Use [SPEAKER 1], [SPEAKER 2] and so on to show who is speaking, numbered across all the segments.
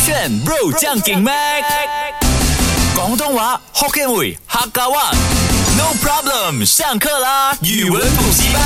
[SPEAKER 1] 选 Bro 将劲 Mac，广东话 Hokkien 语客家话。No problem，上课啦！语文补习班。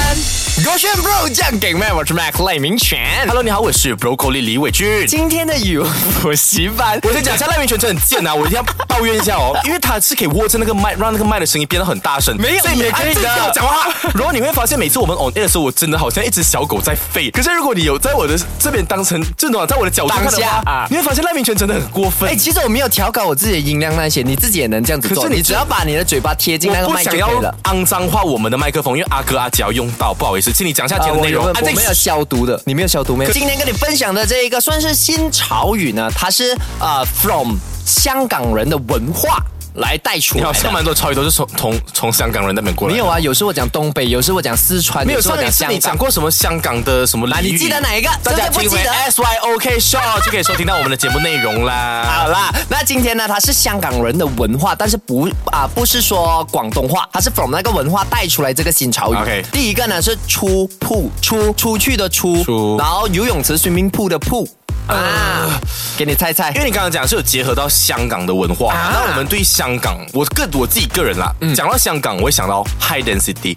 [SPEAKER 2] 我炫 bro 酱给妹，我是 Mac 赖明全。
[SPEAKER 1] Hello，你好，我是 Broccoli 李伟俊。
[SPEAKER 2] 今天的语文补习班，
[SPEAKER 1] 我先讲一下赖明全真的很贱啊！我一定要抱怨一下 哦，因为他是可以握着那个麦，让那个麦的声音变得很大声。
[SPEAKER 2] 没有
[SPEAKER 1] 所以哎
[SPEAKER 2] 你也可以的啊
[SPEAKER 1] 安静跟我讲话。然后你会发现，每次我们 on air 的时候，我真的好像一只小狗在吠。可是如果你有在我的这边当成，就暖在我的角度看的
[SPEAKER 2] 当下
[SPEAKER 1] 话，
[SPEAKER 2] 啊
[SPEAKER 1] 你会发现赖明全真的很过分。
[SPEAKER 2] 哎，其实我没有调高我自己的音量那些，你自己也能这样子做。
[SPEAKER 1] 可是你
[SPEAKER 2] 你只要把你的嘴巴贴近那个
[SPEAKER 1] 我不
[SPEAKER 2] 麦就
[SPEAKER 1] 想
[SPEAKER 2] 可
[SPEAKER 1] 要
[SPEAKER 2] 以了。
[SPEAKER 1] 肮脏化我们的麦克风，因为阿哥阿姐要用到，不好意思，请你讲一下今天的
[SPEAKER 2] 我
[SPEAKER 1] 内容。
[SPEAKER 2] 啊
[SPEAKER 1] 啊
[SPEAKER 2] 我
[SPEAKER 1] 安
[SPEAKER 2] 我
[SPEAKER 1] 静
[SPEAKER 2] 没有消毒的，你没有消毒没有？今天跟你分享的这一个算是新潮语呢，它是呃 from 香港人的文化来带出
[SPEAKER 1] 你
[SPEAKER 2] 来
[SPEAKER 1] 好像
[SPEAKER 2] 的。
[SPEAKER 1] 蛮多潮语都是从从从香港人那边过来。
[SPEAKER 2] 没有，啊，有时我讲东北，有时我讲四川，
[SPEAKER 1] 没有。
[SPEAKER 2] 时我
[SPEAKER 1] 上一
[SPEAKER 2] 讲
[SPEAKER 1] 次
[SPEAKER 2] 香
[SPEAKER 1] 你讲
[SPEAKER 2] 港。啊
[SPEAKER 1] 过什么香港的什么俚语？
[SPEAKER 2] 你记得哪一个
[SPEAKER 1] 大
[SPEAKER 2] 真
[SPEAKER 1] 家
[SPEAKER 2] 的不
[SPEAKER 1] 听
[SPEAKER 2] 记
[SPEAKER 1] 回
[SPEAKER 2] 得
[SPEAKER 1] S Y O K Show 就可以收听到我们的节目内容啦。
[SPEAKER 2] 好啦，那今天呢，它是香港人的文化，但是不啊、不是说广东话，它是 from 那个文化带出来这个新潮语。
[SPEAKER 1] OK
[SPEAKER 2] 第一个呢是出铺出出去的出，
[SPEAKER 1] 出呃
[SPEAKER 2] 然后游泳池 swimming pool 的铺啊，给你猜猜
[SPEAKER 1] 因。为你刚刚讲是有结合到香港的文化，
[SPEAKER 2] 啊嗯
[SPEAKER 1] 那我们对香港，我个我自己个人啦，讲到香港，我会想到 high density，、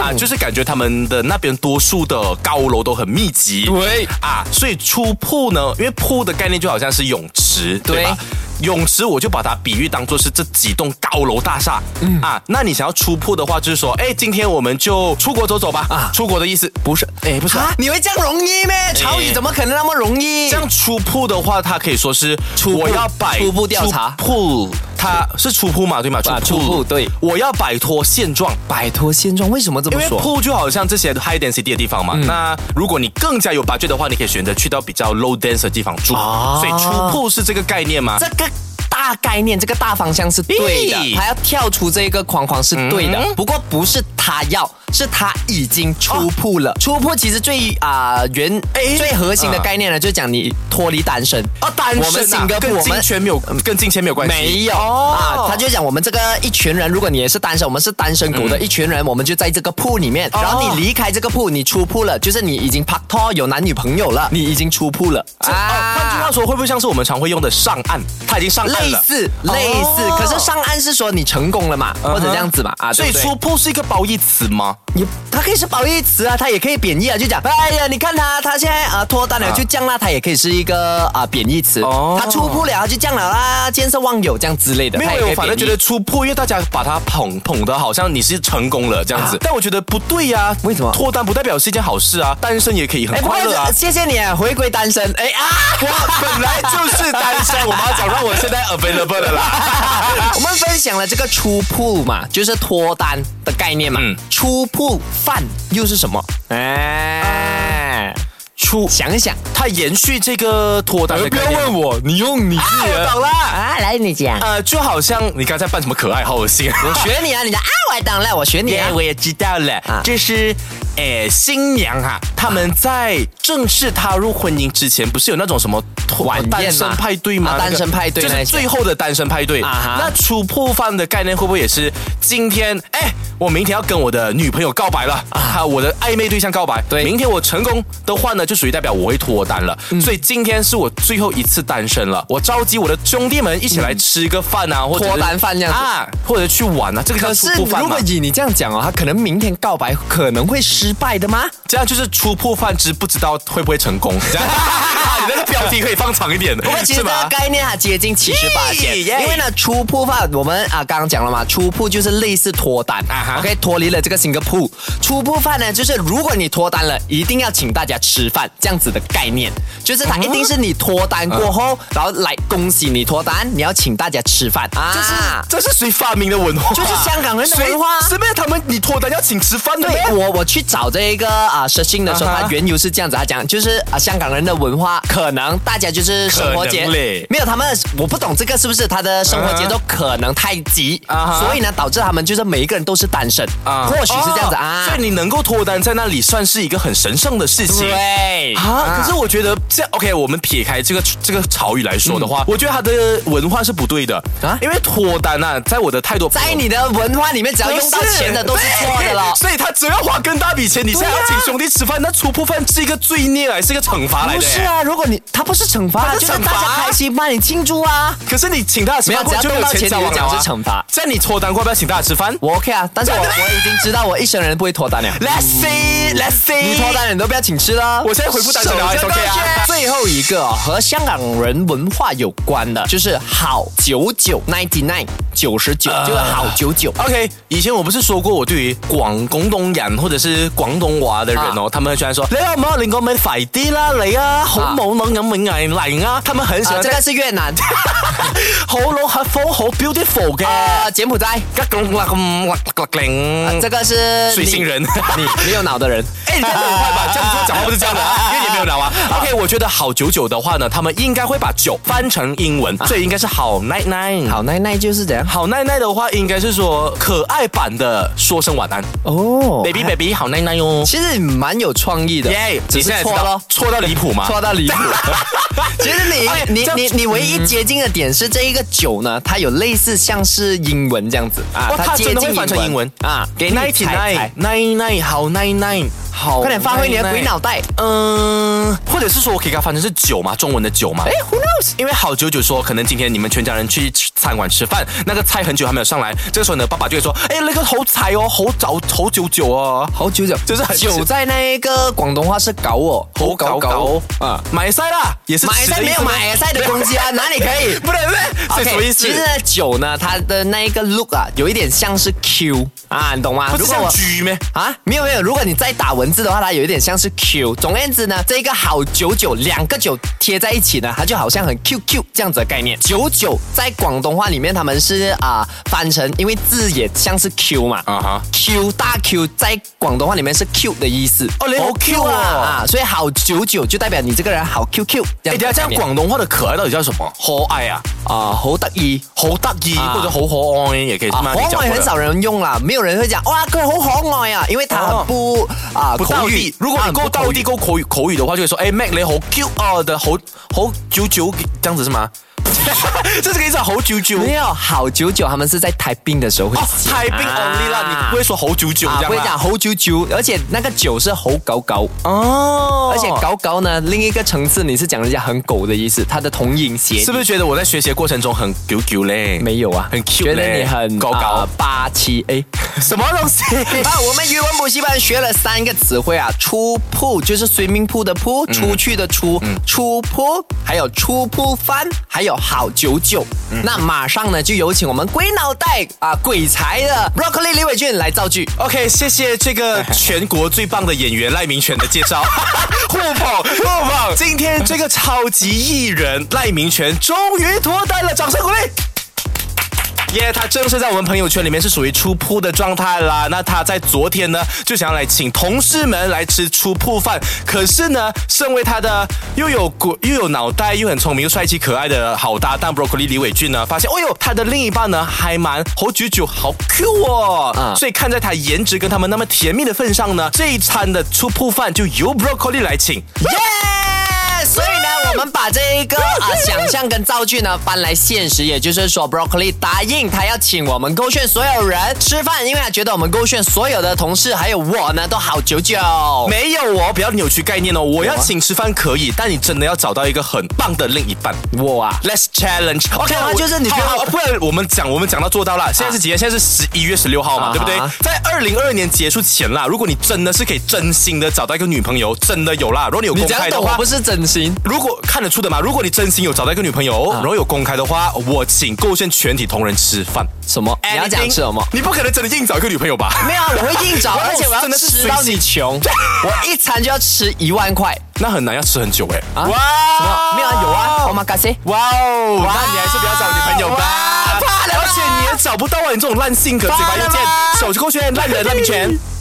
[SPEAKER 1] 啊，就是感觉他们的那边多数的高楼都很密集，
[SPEAKER 2] 对
[SPEAKER 1] 啊，所以出铺呢，因为铺的概念就好像是泳池，对
[SPEAKER 2] 对
[SPEAKER 1] 吧？泳池我就把它比喻当做是这几栋高楼大厦，嗯啊，那你想要出铺的话，就是说，哎，今天我们就出国走走吧，啊
[SPEAKER 2] 啊，
[SPEAKER 1] 出国的意思不是，哎，不是、
[SPEAKER 2] 啊，你会这样容易咩？潮语怎么可能那么容易？
[SPEAKER 1] 哎这样初步的话，它可以说是
[SPEAKER 2] 初步
[SPEAKER 1] 我要摆
[SPEAKER 2] 初步调查
[SPEAKER 1] 初步它是初步嘛，对吗？初
[SPEAKER 2] 啊初步对
[SPEAKER 1] 我要摆脱现状。
[SPEAKER 2] 摆脱现状，为什么这
[SPEAKER 1] 因
[SPEAKER 2] 么
[SPEAKER 1] 为
[SPEAKER 2] 说？
[SPEAKER 1] pool 就好像这些 high density 的地方嘛，
[SPEAKER 2] 嗯
[SPEAKER 1] 那如果你更加有 budget 的话，你可以选择去到比较 low dense 的地方住，
[SPEAKER 2] 啊
[SPEAKER 1] 所以出 pool 是这个概念吗？
[SPEAKER 2] 这个大概念，这个大方向是对的
[SPEAKER 1] 咦，嗯
[SPEAKER 2] 他要跳出这个框框是对的。不过不是他要，是他已经出铺了。出铺其实最啊、原最核心的概念呢，就讲你脱离单身。
[SPEAKER 1] 啊，单
[SPEAKER 2] 我们
[SPEAKER 1] 身啊
[SPEAKER 2] 新，加坡
[SPEAKER 1] 跟
[SPEAKER 2] 我
[SPEAKER 1] 金
[SPEAKER 2] 们
[SPEAKER 1] 钱没有跟金钱没有关系，
[SPEAKER 2] 没有、
[SPEAKER 1] 哦
[SPEAKER 2] 啊，他就讲我们这个一群人，如果你也是单身，我们是单身狗的
[SPEAKER 1] 嗯
[SPEAKER 2] 一群人，我们就在这个铺里面。
[SPEAKER 1] 哦
[SPEAKER 2] 然后你离开这个铺，你出铺了，就是你已经拍拖有男女朋友了，你已经出铺了
[SPEAKER 1] 这哦换句话说，会不会像是我们常会用的上岸？它已经上岸
[SPEAKER 2] 类
[SPEAKER 1] 了。
[SPEAKER 2] 似类似，
[SPEAKER 1] 哦嗯
[SPEAKER 2] 可是上岸是说你成功了嘛，或者这样子嘛啊，
[SPEAKER 1] 所以
[SPEAKER 2] 对不
[SPEAKER 1] 出
[SPEAKER 2] 对
[SPEAKER 1] pool 是一个褒义词吗？
[SPEAKER 2] 你它可以是褒义词啊，它也可以贬义啊，就讲哎呀，你看他他现在啊脱单了，就这样啦，它也可以是一个啊贬义词
[SPEAKER 1] 哦，
[SPEAKER 2] 他出不了他就这样了啦，见色忘友这样之类的，
[SPEAKER 1] 没
[SPEAKER 2] 它也
[SPEAKER 1] 有，
[SPEAKER 2] 可
[SPEAKER 1] 我
[SPEAKER 2] 以
[SPEAKER 1] 反正
[SPEAKER 2] 贬义
[SPEAKER 1] 觉得出破，因为大家把它捧捧的好像你是成功了这样子，
[SPEAKER 2] 啊
[SPEAKER 1] 但我觉得不对呀、
[SPEAKER 2] 为什么
[SPEAKER 1] 脱单不代表是一件好事啊，单身也可以很
[SPEAKER 2] 哎，不
[SPEAKER 1] 快乐啊
[SPEAKER 2] 过。谢谢你啊回归单身，哎 啊。
[SPEAKER 1] 我本来就是单身，我妈讲让我现在 available 的 啦。
[SPEAKER 2] 我们分享了这个出铺嘛，就是脱单的概念嘛。
[SPEAKER 1] 嗯
[SPEAKER 2] 出铺饭又是什么？哎、
[SPEAKER 1] 出，
[SPEAKER 2] 想一想。
[SPEAKER 1] 它延续这个脱单的概念。
[SPEAKER 2] 我，你用你自
[SPEAKER 1] 我懂了。
[SPEAKER 2] 啊，来你讲，
[SPEAKER 1] 呃，就好像你刚才扮什么可爱，好恶 心。
[SPEAKER 2] 我学你啊，你讲啊，我懂了，我学你
[SPEAKER 1] 耶
[SPEAKER 2] 啊。
[SPEAKER 1] 哎我也知道了，这是诶新娘
[SPEAKER 2] 啊
[SPEAKER 1] 哈、他们在正式踏入婚姻之前，不是有那种什么
[SPEAKER 2] 晚宴吗
[SPEAKER 1] 单身派对吗？
[SPEAKER 2] 啊
[SPEAKER 1] 那个
[SPEAKER 2] 单身派对
[SPEAKER 1] 就
[SPEAKER 2] 那
[SPEAKER 1] 是
[SPEAKER 2] 些
[SPEAKER 1] 最后的单身派对。
[SPEAKER 2] 啊哈
[SPEAKER 1] 那出破饭的概念会不会也是今天？哎，我明天要跟我的女朋友告白了啊，我的暧昧对象告白。
[SPEAKER 2] 对嗯
[SPEAKER 1] 明天我成功的话呢，就属于代表我会脱单了。所以今天是我最后一次单身了，我召集我的兄弟们一起来吃个饭啊，或者
[SPEAKER 2] 嗯
[SPEAKER 1] 是
[SPEAKER 2] 脱单饭这样子
[SPEAKER 1] 啊，或者去玩啊，这个叫
[SPEAKER 2] 可是
[SPEAKER 1] 出破饭
[SPEAKER 2] 如
[SPEAKER 1] 吗
[SPEAKER 2] 果？以你这样讲哦，他可能明天告白可能会失败的吗？
[SPEAKER 1] 这样就是初破饭之不知道会不会成 功。这样你的标题可以放长一点，
[SPEAKER 2] 不过其实
[SPEAKER 1] 是
[SPEAKER 2] 这个
[SPEAKER 1] 吧？
[SPEAKER 2] 概念啊接近七十八线，
[SPEAKER 1] 咦耶
[SPEAKER 2] 因为呢初步法我们啊刚刚讲了嘛，初步就是类似脱单、
[SPEAKER 1] 啊哈
[SPEAKER 2] o k 脱离了这个新个铺。初步饭呢就是如果你脱单了，一定要请大家吃饭这样子的概念，就是它一
[SPEAKER 1] 嗯
[SPEAKER 2] 定是你脱单过后，然后来恭喜你脱单，你要请大家吃饭啊，
[SPEAKER 1] 这是这是谁发明的文化？
[SPEAKER 2] 就是香港人的文化啊
[SPEAKER 1] 谁是不是他们你脱单要请吃饭的咩？
[SPEAKER 2] 对我我去找这一个啊蛇信的时候，
[SPEAKER 1] 啊啊哈
[SPEAKER 2] 他缘由是这样子，他讲就是啊香港人的文化，可能大家就是生活节
[SPEAKER 1] 可能嘞
[SPEAKER 2] 没有他们，我不懂这个是不是他的生活节奏可能太急
[SPEAKER 1] 啊哈
[SPEAKER 2] 所以呢导致他们就是每一个人都是单身或许是这样子啊
[SPEAKER 1] 哦。所以你能够脱单，在那里算是一个很神圣的事情。
[SPEAKER 2] 对
[SPEAKER 1] 啊，可是我觉得这 OK，我们撇开这个这个潮语来说的话，我觉得它的文化是不对的
[SPEAKER 2] 嗯啊
[SPEAKER 1] 因为脱单啊，在我的太多朋友
[SPEAKER 2] 在你的文化里面，只要用到钱的都是错的 了
[SPEAKER 1] 对。所以他只要花更大笔钱，你现在要请兄弟吃饭，那出破饭是一个罪孽来，是一个惩罚来的。
[SPEAKER 2] 不是啊，如果你他不是惩罚，
[SPEAKER 1] 他是
[SPEAKER 2] 就是
[SPEAKER 1] 惩罚
[SPEAKER 2] 大家开心帮你庆祝啊。
[SPEAKER 1] 可是你请他吃
[SPEAKER 2] 没有
[SPEAKER 1] 饭，
[SPEAKER 2] 只要
[SPEAKER 1] 就
[SPEAKER 2] 动
[SPEAKER 1] 有
[SPEAKER 2] 到钱
[SPEAKER 1] 钱
[SPEAKER 2] 你
[SPEAKER 1] 交
[SPEAKER 2] 就
[SPEAKER 1] 往了、
[SPEAKER 2] 讲
[SPEAKER 1] 啊。
[SPEAKER 2] 是惩罚，
[SPEAKER 1] 这样你脱单过不要请大家吃饭？
[SPEAKER 2] 我 OK 啊，但 是我我已经知道我一生人不会脱单了。
[SPEAKER 1] Let's see，Let's see。
[SPEAKER 2] 你脱单了，你都不要请吃了。
[SPEAKER 1] 我现在回复单身了
[SPEAKER 2] 守着
[SPEAKER 1] it's okay 啊
[SPEAKER 2] 过去最后一个哦和香港人文化有关的，就是好九九 ninety nine 九十九，
[SPEAKER 1] 呃
[SPEAKER 2] 就是好九九。
[SPEAKER 1] OK，以前我不是说过，我对于广广东人或者是广东话的人哦，他们居然说你有冇令我们快啲啦你啊，好冇能咁明嗌嚟啊，他们很喜
[SPEAKER 2] 啊，
[SPEAKER 1] 欢
[SPEAKER 2] 这
[SPEAKER 1] 在
[SPEAKER 2] 个是越 南，
[SPEAKER 1] 好老好风好 beautiful 嘅，
[SPEAKER 2] 呃，柬埔寨，
[SPEAKER 1] 吉咁啦咁啦咁
[SPEAKER 2] 啊
[SPEAKER 1] 零
[SPEAKER 2] 这，个是
[SPEAKER 1] 嗯水星人
[SPEAKER 2] 你你没有脑的人。
[SPEAKER 1] 哎，你看得很快 吧？这样说讲话不是这样的啊，因为你没有聊啊。OK，我觉得好九九的话呢，他们应该会把九翻成英
[SPEAKER 2] 啊
[SPEAKER 1] 文，所以应该是好奶奶。
[SPEAKER 2] 好奶奶就是这样。
[SPEAKER 1] 好奶奶的话，应该是说可爱版的说声晚安
[SPEAKER 2] 哦
[SPEAKER 1] ，baby baby，好奶奶哦哟。
[SPEAKER 2] 其实蛮有创意的，
[SPEAKER 1] 耶！
[SPEAKER 2] 只
[SPEAKER 1] 你
[SPEAKER 2] 是
[SPEAKER 1] 现在
[SPEAKER 2] 错
[SPEAKER 1] 知道
[SPEAKER 2] 了，
[SPEAKER 1] 错到离谱吗？
[SPEAKER 2] 错到离谱。 其实你
[SPEAKER 1] 哎
[SPEAKER 2] 你
[SPEAKER 1] 这样
[SPEAKER 2] 你你唯一接近的点是这一个酒呢，它有类似像是英文这样子啊
[SPEAKER 1] 哇，它真的会翻成英文
[SPEAKER 2] 啊，给你猜
[SPEAKER 1] Ninety
[SPEAKER 2] 猜
[SPEAKER 1] nine，奶奶好奶奶好，
[SPEAKER 2] 快点发挥你的鬼。脑袋。
[SPEAKER 1] 嗯，或者是说我可以给它翻成是酒嘛，中文的酒嘛。
[SPEAKER 2] 哎，Who knows？
[SPEAKER 1] 因为好九九说，可能今天你们全家人去吃餐馆吃饭，那个菜很久还没有上来，这个时候呢，爸爸就会说：“哎，那个好菜哦，好早好久久哦，
[SPEAKER 2] 好久久，
[SPEAKER 1] 就是很
[SPEAKER 2] 酒在那个广东话是搞哦，
[SPEAKER 1] 好搞搞啊，买菜啦，也是
[SPEAKER 2] 买
[SPEAKER 1] 吃的
[SPEAKER 2] 菜没
[SPEAKER 1] 意
[SPEAKER 2] 有
[SPEAKER 1] 思吗
[SPEAKER 2] 买菜的东西 啊，哪里可以？
[SPEAKER 1] 不对不对，所以什么意
[SPEAKER 2] OK，
[SPEAKER 1] 思？
[SPEAKER 2] 其实呢，酒呢，它的那一个 look 啊，有一点像是 Q 啊，你懂吗？
[SPEAKER 1] 不是
[SPEAKER 2] 如果
[SPEAKER 1] 像
[SPEAKER 2] 我
[SPEAKER 1] 居咩？
[SPEAKER 2] 啊，没有没有，如果你再打文字的话，它有一点像是 Q。总而言之呢，这个好九九两个九贴在一起呢，它就好像很 QQ 这样子的概念。九九在广东话里面，他们是啊、翻成，因为字也像是 Q 嘛，
[SPEAKER 1] 啊哈
[SPEAKER 2] Q 大 Q 在广东话里面是 Q 的意思，
[SPEAKER 1] 哦连好 Q 哦
[SPEAKER 2] 啊，所以好九九就代表你这个人好 QQ 这
[SPEAKER 1] 哎，
[SPEAKER 2] 样子
[SPEAKER 1] 等一
[SPEAKER 2] 的
[SPEAKER 1] 下
[SPEAKER 2] 概
[SPEAKER 1] 这样
[SPEAKER 2] 念。
[SPEAKER 1] 广东话的可爱到底叫什么？可爱啊，
[SPEAKER 2] 啊，好得意。
[SPEAKER 1] 好得意
[SPEAKER 2] 啊
[SPEAKER 1] 或者好可爱也可以
[SPEAKER 2] 啊
[SPEAKER 1] 慢慢
[SPEAKER 2] 可
[SPEAKER 1] 地讲
[SPEAKER 2] 愛
[SPEAKER 1] 的
[SPEAKER 2] 很少人用啦，没有人会讲哇，佢好可愛啊，因为他很不啊
[SPEAKER 1] 哦不到
[SPEAKER 2] 口
[SPEAKER 1] 地
[SPEAKER 2] 語，
[SPEAKER 1] 如果你够到地够口语口语的话，就会说，哎，Mac 你好 cute 哦的，好好九九这样子是 吗？这是个意思啊，好九九。
[SPEAKER 2] 没有好久久，他们是在台冰的时候会
[SPEAKER 1] 哦，
[SPEAKER 2] 写
[SPEAKER 1] 太病 only 啦，你不会说好九九
[SPEAKER 2] 啊，
[SPEAKER 1] 这
[SPEAKER 2] 不会
[SPEAKER 1] 样
[SPEAKER 2] 讲
[SPEAKER 1] 啦？
[SPEAKER 2] 猴九九，而且那个九是猴狗狗，
[SPEAKER 1] 哦
[SPEAKER 2] 而且狗狗呢，另一个层次你是讲人家很狗的意思，它的同音谐音
[SPEAKER 1] 是不是觉得我在学习过程中很九九嘞？
[SPEAKER 2] 没有啊？
[SPEAKER 1] 很 cute
[SPEAKER 2] 觉得
[SPEAKER 1] 嘞
[SPEAKER 2] 你很
[SPEAKER 1] 狗狗
[SPEAKER 2] 啊八七 A。
[SPEAKER 1] 什么东西？
[SPEAKER 2] 啊，我们语文补习班学了三个词汇啊，出铺就是 swimming pool 的铺，
[SPEAKER 1] 嗯
[SPEAKER 2] 出去的出，出铺，还有出铺翻，还有好九九。
[SPEAKER 1] 嗯
[SPEAKER 2] 那马上呢，就有请我们鬼脑袋啊鬼才的 broccoli 李伟俊来造句。
[SPEAKER 1] OK，谢谢这个全国最棒的演员赖明权的介 绍，互捧互捧。今天这个超级艺人赖明权终于脱单了，掌声鼓励。耶他正式在我们朋友圈里面是属于出铺的状态啦。那他在昨天呢，就想要来请同事们来吃出铺饭，可是呢，身为他的又有骨又有脑袋又很聪明又帅气可爱的好搭档 Broccoli 李伟俊呢，发现，哦呦，他的另一半呢还蛮侯九九好 Q 哦，
[SPEAKER 2] 啊
[SPEAKER 1] 所以看在他颜值跟他们那么甜蜜的份上呢，这一餐的出铺饭就由 Broccoli 来请。
[SPEAKER 2] 耶！所以呢，我们把这一个啊想象跟造句呢搬来现实，也就是说，Broccoli 答应他要请我们勾选所有人吃饭，因为他觉得我们勾选所有的同事还有我呢都好九九。
[SPEAKER 1] 没有哦，不要扭曲概念哦，我要
[SPEAKER 2] 有啊
[SPEAKER 1] 请吃饭可以，但你真的要找到一个很棒的另一半。
[SPEAKER 2] 我啊，
[SPEAKER 1] Let's challenge。OK，
[SPEAKER 2] 啊
[SPEAKER 1] 我
[SPEAKER 2] 就是你
[SPEAKER 1] 好
[SPEAKER 2] 不要
[SPEAKER 1] 好不然我们讲，我们讲到做到啦。现在是几天？现在是十一月十六号嘛，
[SPEAKER 2] 啊
[SPEAKER 1] 对不对
[SPEAKER 2] 啊？
[SPEAKER 1] 在二零二二年结束前啦，如果你真的是可以真心的找到一个女朋友，真的有啦。如果你有
[SPEAKER 2] 你
[SPEAKER 1] 公
[SPEAKER 2] 讲
[SPEAKER 1] 开的
[SPEAKER 2] 懂我
[SPEAKER 1] 话
[SPEAKER 2] 不。是真心。
[SPEAKER 1] 如果看得出的嘛，如果你真心有找到一个女朋友，然后有公开的话，我请构陷全体同仁吃饭。
[SPEAKER 2] 什么？你要讲吃 什么？
[SPEAKER 1] 你不可能真的硬找一个女朋友吧？哦
[SPEAKER 2] 没有，啊我会硬找，啊而且我要
[SPEAKER 1] 真的是
[SPEAKER 2] 吃到
[SPEAKER 1] 随
[SPEAKER 2] 你穷。我一餐就要吃一万块
[SPEAKER 1] 那很难，要吃很久哎、
[SPEAKER 2] 啊！什么
[SPEAKER 1] 哇
[SPEAKER 2] 没有啊，有啊。Oh my god！
[SPEAKER 1] 哇哦，
[SPEAKER 2] 哇
[SPEAKER 1] 那你还是不要找女朋友吧
[SPEAKER 2] 哇，怕了吧
[SPEAKER 1] 而且你也找不到啊，你这种烂性格，嘴
[SPEAKER 2] 怕了吧
[SPEAKER 1] 巴又贱，手就够炫，烂人烂名权。